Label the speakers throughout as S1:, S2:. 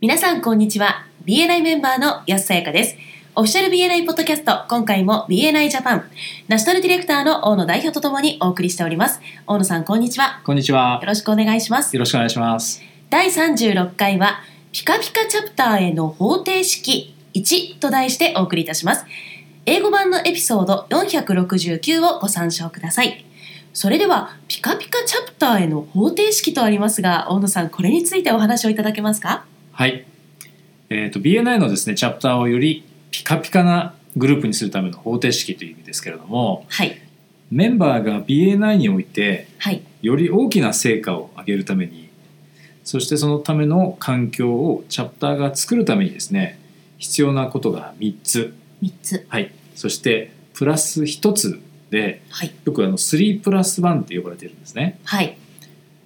S1: 皆さんこんにちは BNI メンバーの安さやかですオフィシャル BNI ポッドキャスト今回も BNI ジャパンナショナルディレクターの大野代表とともにお送りしております大野さんこんにちは
S2: こんにちは
S1: よ。ろしくお願いします
S2: よろしくお願いします。
S1: 第36回はピカピカチャプターへの方程式1と題してお送りいたします英語版のエピソード469をご参照くださいそれではピカピカチャプターへの方程式とありますが大野さんこれについてお話をいただけますか
S2: はい。えっ、と BNI のですねチャプターをよりピカピカなグループにするための方程式という意味ですけれども、
S1: はい
S2: メンバーが BNI において
S1: はい
S2: より大きな成果を上げるために、そしてそのための環境をチャプターが作るためにですね必要なことが3つ。
S1: 3つ
S2: はい。そしてプラス1つで
S1: はい
S2: よくあの3プラス1って呼ばれてるんですね。
S1: はい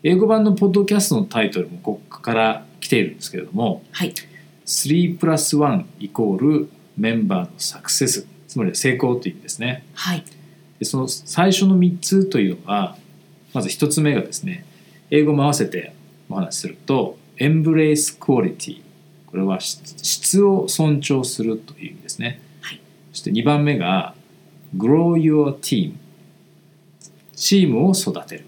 S2: 英語版のポッドキャストのタイトルもここから来ているんですけれども、
S1: はい
S2: 3プラス1イコールメンバーのサクセスつまりは成功という意味ですね
S1: はい
S2: でその最初の3つというのがまず1つ目がですね英語も合わせてお話しすると「Embrace Quality」これは質質を尊重するという意味ですね、
S1: はい
S2: そして2番目が「Grow Your Team」チームを育てる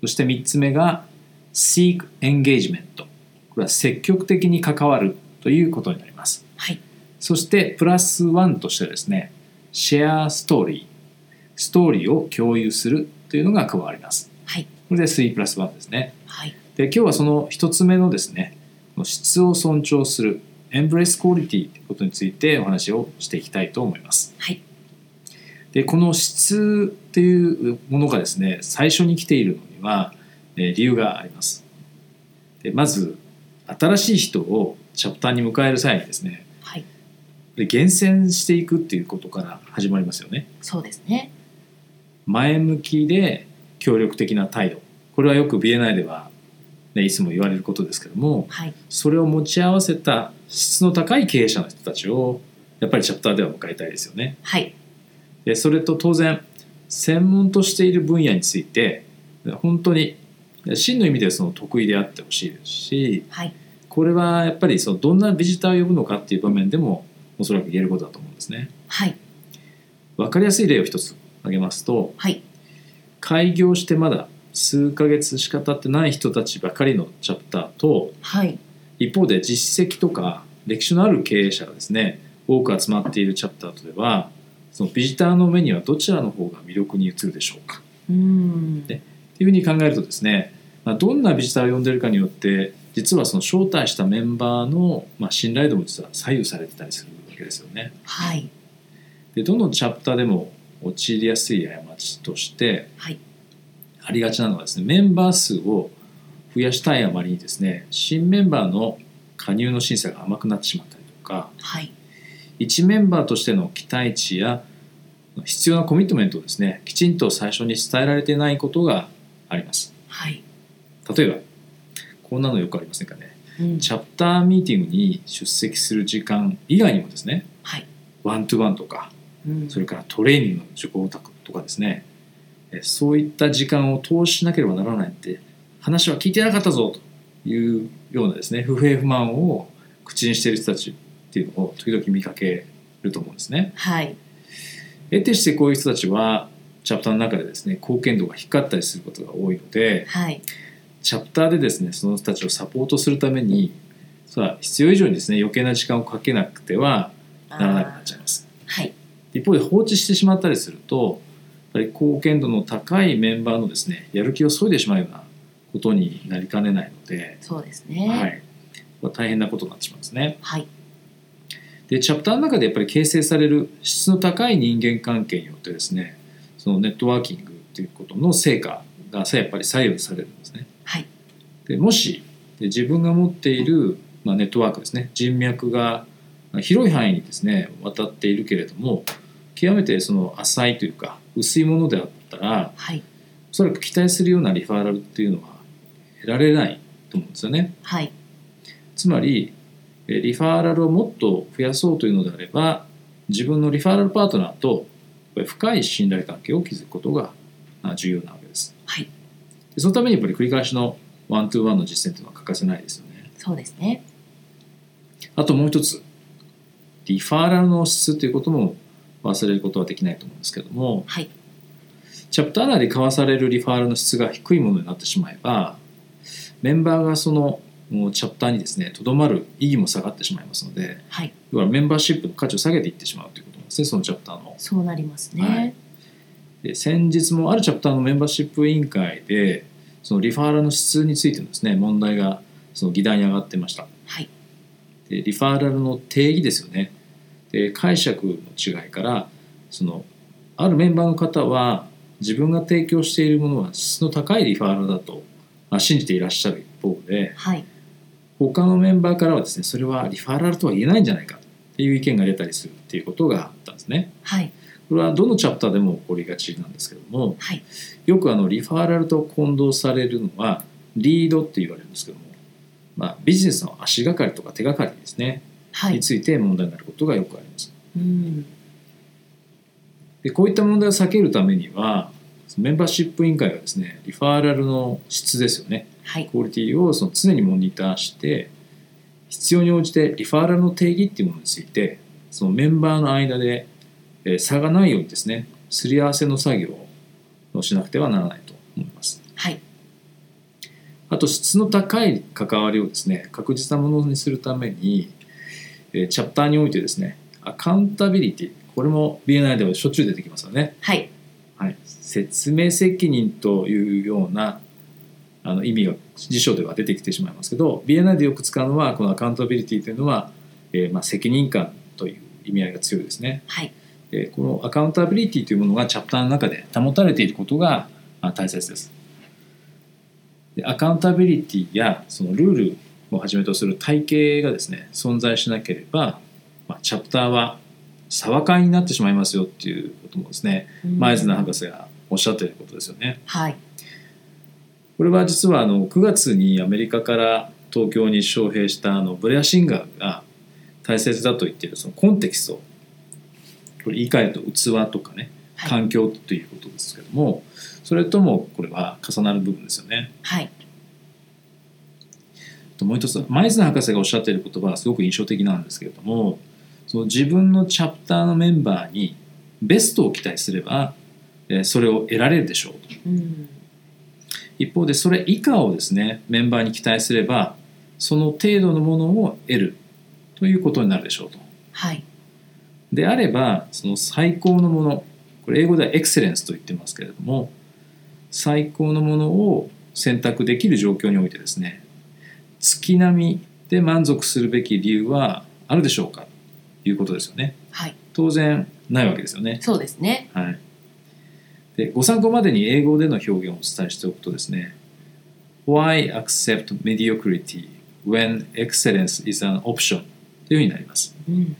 S2: そして3つ目が「Seek Engagement」これは積極的に関わるということになります
S1: はい
S2: そしてプラスワンとしてですね、シェアストーリー、ストーリーを共有するというのが加わります。
S1: はい
S2: これで3プラスワンですね。
S1: はい
S2: で、今日はその1つ目のですね、この質を尊重する、エンブレスクオリティということについてお話をしていきたいと思います。
S1: はい
S2: で、この質というものがですね、最初に来ているのには、えー理由があります。で、まず、新しい人をチャプターに迎える際にですね、
S1: はい
S2: で厳選していくっていうことから始まりますよね
S1: そうですね
S2: 前向きで協力的な態度これはよく BNI では、ね、いつも言われることですけども
S1: はい
S2: それを持ち合わせた質の高い経営者の人たちをやっぱりチャプターでは迎えたいですよね
S1: はい
S2: でそれと当然専門としている分野について本当に真の意味でその得意であってほしいですし
S1: はい
S2: これはやっぱりそのどんなビジターを呼ぶのかっていう場面でもおそらく言えることだと思うんですね。
S1: はい
S2: 分かりやすい例を一つ挙げますと
S1: はい
S2: 開業してまだ数ヶ月しか経ってない人たちばかりのチャプターと
S1: はい
S2: 一方で実績とか歴史のある経営者がですね多く集まっているチャプターとではそのビジターの目にはどちらの方が魅力に映るでしょうか
S1: うーん
S2: でというふうに考えるとですねまあどんなビジターを呼んでるかによって実はその招待したメンバーの、まあ、信頼度も実は左右されてたりするわけですよね。
S1: はい
S2: でどのチャプターでも陥りやすい過ちとして
S1: はい
S2: ありがちなのはですねメンバー数を増やしたいあまりにですね新メンバーの加入の審査が甘くなってしまったりとか
S1: はい
S2: 1メンバーとしての期待値や必要なコミットメントをですねきちんと最初に伝えられていないことがあります
S1: はい
S2: 例えばこんなのよくありませんかね
S1: うん
S2: チャプターミーティングに出席する時間以外にもですね
S1: はい
S2: ワントゥワンとか
S1: うん
S2: それからトレーニングの受講とかですね、えそういった時間を投資しなければならないって、話は聞いてなかったぞというようなですね、不平不満を口にしている人たちっていうのを時々見かけると思うんですね。
S1: はい
S2: 得てしてこういう人たちは、チャプターの中でですね、貢献度が低かったりすることが多いので、
S1: はい
S2: チャプターでですね、その人たちをサポートするために、それは必要以上にですね、余計な時間をかけなくてはならなくなっちゃいます。
S1: はい
S2: 一方で放置してしまったりするとやっぱり貢献度の高いメンバーのですねやる気を削いでしまうようなことになりかねないので、
S1: そうですね
S2: はい、これは大変なことになってしまうんですね。
S1: はい
S2: でチャプターの中でやっぱり形成される質の高い人間関係によってですねそのネットワーキングっていうことの成果がやっぱり左右されるんですね。
S1: はい
S2: でもしで自分が持っている、まあ、ネットワークですね人脈がまあ広い範囲にですね渡っているけれども極めてその浅いというか薄いものであったら
S1: はい
S2: おそらく期待するようなリファーラルっていうのは得られないと思うんですよね。
S1: はい
S2: つまりえリファーラルをもっと増やそうというのであれば自分のリファーラルパートナーとやっぱり深い信頼関係を築くことがあ重要なわけです。
S1: はい
S2: でそのためにやっぱり繰り返しのワントゥーワンの実践というのは欠かせないですよね。
S1: そうですね
S2: あともう一つリファーラルの質ということも忘れることはできないと思うんですけども、
S1: はい
S2: チャプター内で交わされるリファーラルの質が低いものになってしまえばメンバーがそのもうチャプターにですねとどまる意義も下がってしまいますので
S1: はい
S2: 要はメンバーシップの価値を下げていってしまうということなんですねそのチャプターの。
S1: そうなりますね、
S2: はいで先日もあるチャプターのメンバーシップ委員会でそのリファーラルの質についてのですね問題がその議題に上がってました
S1: はい
S2: でリファーラルの定義ですよねで解釈の違いからそのあるメンバーの方は自分が提供しているものは質の高いリファーラルだと、まあ、信じていらっしゃる一方で
S1: はい
S2: 他のメンバーからはですねそれはリファーラルとは言えないんじゃないかっていう意見が出たりするっていうことがあったんですね。
S1: はい
S2: これはどのチャプターでも起こりがちなんですけども、
S1: はい
S2: よくあのリファーラルと混同されるのはリードって言われるんですけども、まあ、ビジネスの足がかりとか手がかりですね、
S1: は
S2: に
S1: い
S2: ついて問題になることがよくあります。
S1: うん
S2: でこういった問題を避けるためにはメンバーシップ委員会がですねリファーラルの質ですよね
S1: はい
S2: クオリティをその常にモニターして必要に応じてリファーラルの定義っていうものについてそのメンバーの間でえー差がないようにですねすり合わせの作業をしなくてはならないと思います。
S1: はい
S2: あと質の高い関わりをですね確実なものにするためにえーチャプターにおいてですねアカウンタビリティこれも BNI ではしょっちゅう出てきますよね、
S1: はい
S2: はい、説明責任というようなあの意味が辞書では出てきてしまいますけど BNI でよく使うのはこのアカウンタビリティというのは、えーまあ、責任感という意味合いが強いですね
S1: はい
S2: でこのアカウンタビリティというものがチャプターの中で保たれていることがあ大切ですでアカウンタビリティやそのルールをはじめとする体系がですね存在しなければ、まあ、チャプターは騒会になってしまいますよっていうこともですね
S1: うん
S2: 前綱博士がおっしゃっていることですよね
S1: はい
S2: これは実はあの9月にアメリカから東京に招聘したあのブレアシンガーが大切だと言っているそのコンテキストこれ言い換えると器とかね
S1: はい
S2: 環境ということですけども、それともこれは重なる部分ですよね。
S1: はい
S2: ともう一つ前津博士がおっしゃっている言葉はすごく印象的なんですけれどもその自分のチャプターのメンバーにベストを期待すれば、えーそれを得られるでしょうと
S1: うん
S2: 一方でそれ以下をですねメンバーに期待すればその程度のものを得るということになるでしょうと。
S1: はい
S2: であればその最高のものこれ英語ではエクセレンスと言ってますけれども最高のものを選択できる状況においてですね月並みで満足するべき理由はあるでしょうかということですよね
S1: はい
S2: 当然ないわけですよね
S1: そうですね
S2: はいでご参考までに英語での表現をお伝えしておくとですね Why accept mediocrity when excellence is an option というふうになります
S1: うん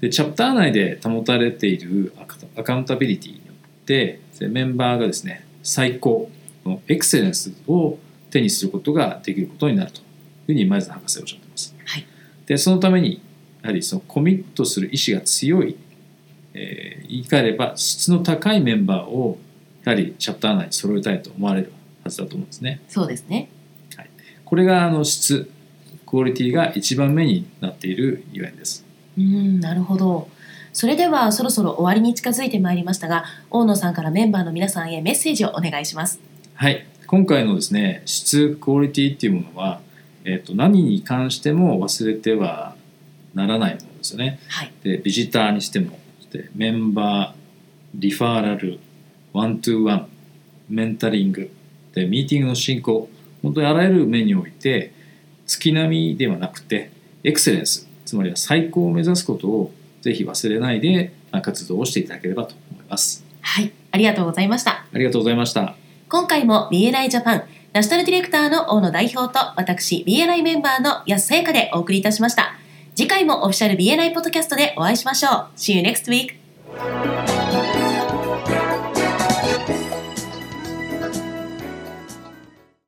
S2: でチャプター内で保たれているアカアカウンタビリティによってでメンバーがですね最高のエクセレンスを手にすることができることになるというふうに前津博士はおっしゃってます。
S1: はい
S2: でそのためにやはりそのコミットする意志が強い、えー言い換えれば質の高いメンバーをやはりチャプター内に揃えたいと思われるはずだと思うんですね。
S1: そうですね
S2: これがあの質クオリティが一番目になっているゆえんです。
S1: うんなるほどそれではそろそろ終わりに近づいてまいりましたが大野さんからメンバーの皆さんへメッセージをお願いします
S2: はい、今回のですね質クオリティっていうものは、えっと何に関しても忘れてはならないものですよね
S1: はい
S2: でビジターにしてもそしてメンバーリファーラルワントゥーワンメンタリングでミーティングの進行本当にあらゆる面において月並みではなくてエクセレンスつまりは最高を目指すことをぜひ忘れないでまあ活動をしていただければと思います
S1: はいありがとうございました
S2: ありがとうございました
S1: 今回も BNI ジャパンナショナルディレクターの大野代表と私 BNI メンバーの安さやかでお送りいたしました次回もオフィシャル BNI ポッドキャストでお会いしましょう See you next week!